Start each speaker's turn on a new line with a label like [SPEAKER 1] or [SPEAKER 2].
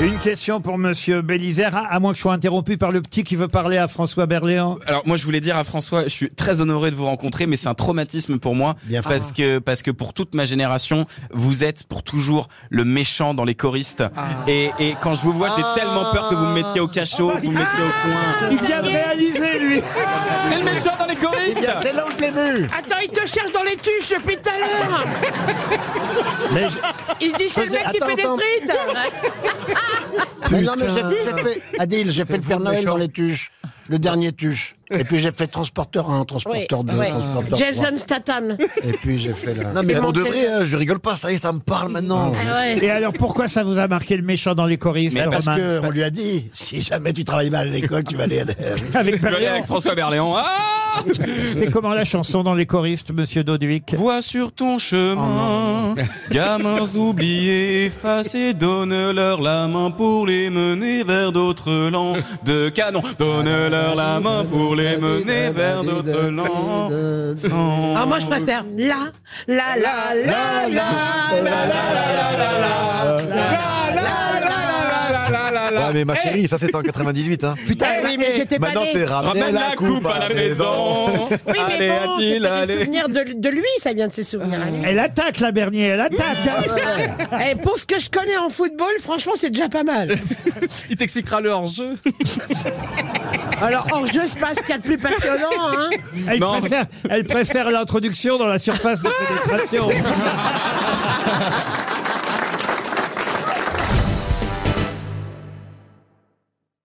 [SPEAKER 1] Une question pour Monsieur Bélisère, à à moins que je sois interrompu par le petit qui veut parler à François Berléand.
[SPEAKER 2] Alors moi je voulais dire à François, je suis très honoré de vous rencontrer, mais c'est un traumatisme pour moi
[SPEAKER 3] Bien fait.
[SPEAKER 2] parce que parce que pour toute ma génération, vous êtes pour toujours le méchant dans les choristes. Et, et quand je vous vois, j'ai tellement peur que vous me mettiez au cachot, vous me mettiez au coin.
[SPEAKER 1] Il vient de réaliser, lui
[SPEAKER 2] C'est le méchant dans les choristes.
[SPEAKER 3] C'est là où je l'ai vu.
[SPEAKER 4] Attends, il te cherche dans les tuches depuis tout à l'heure
[SPEAKER 3] Mais je-
[SPEAKER 4] Il se dit, c'est le mec qui
[SPEAKER 3] Attends,
[SPEAKER 4] fait des
[SPEAKER 3] attends.
[SPEAKER 4] frites
[SPEAKER 3] mais non, mais j'ai j'ai fait. Adil, j'ai fait le Père Noël dans les tuches. Le dernier tuche. Et puis j'ai fait transporteur 1, transporteur 2,
[SPEAKER 4] ouais.
[SPEAKER 3] transporteur 3.
[SPEAKER 4] Jason Statham.
[SPEAKER 3] Et puis j'ai fait la.
[SPEAKER 5] Non mais
[SPEAKER 4] C'est
[SPEAKER 5] pour
[SPEAKER 4] mon
[SPEAKER 5] de
[SPEAKER 4] tel-
[SPEAKER 5] vrai, hein, je rigole pas, ça y est, ça me parle maintenant.
[SPEAKER 4] Ah ouais.
[SPEAKER 1] Et alors, pourquoi ça vous a marqué le méchant dans les choristes,
[SPEAKER 2] Mais
[SPEAKER 3] Parce
[SPEAKER 1] Romain
[SPEAKER 3] qu'on lui a dit, si jamais tu travailles mal à l'école, tu vas aller à la-
[SPEAKER 1] Avec
[SPEAKER 2] Je vais aller
[SPEAKER 1] Berléand.
[SPEAKER 2] avec François Berléand. Ah
[SPEAKER 1] C'était comment la chanson dans les choristes, Monsieur Doduic
[SPEAKER 2] Vois sur ton
[SPEAKER 4] Oh
[SPEAKER 2] chemin, gamins oubliés, effacés, donne-leur la main pour les mener vers d'autres lands de canon. Donne-leur la main pour les mener vers d'autres lands. sans-
[SPEAKER 4] Ah, moi, je préfère la, la, la, la, la, la,
[SPEAKER 5] Ouais, mais ma chérie, ça c'était en 98.
[SPEAKER 3] Eh
[SPEAKER 5] Hein.
[SPEAKER 4] Putain, Eh oui, mais j'étais pas
[SPEAKER 5] Maintenant
[SPEAKER 4] née.
[SPEAKER 5] t'es ramené
[SPEAKER 2] Ramène Ah, la coupe à la maison.
[SPEAKER 4] Oui,
[SPEAKER 2] Allez,
[SPEAKER 4] mais bon,
[SPEAKER 2] Adil,
[SPEAKER 4] c'était des
[SPEAKER 2] allez.
[SPEAKER 4] souvenirs de, de lui, ça vient de ses souvenirs. à lui.
[SPEAKER 1] Elle attaque, la Bernier, elle attaque hein.
[SPEAKER 4] Eh, pour ce que je connais en football, franchement, c'est déjà pas mal.
[SPEAKER 2] Il t'expliquera le hors-jeu.
[SPEAKER 4] Alors, hors jeu, c'est pas ce qu'il y a de plus passionnant, hein.
[SPEAKER 1] elle,
[SPEAKER 2] Non.
[SPEAKER 1] préfère, elle préfère l'introduction dans la surface de pénétration.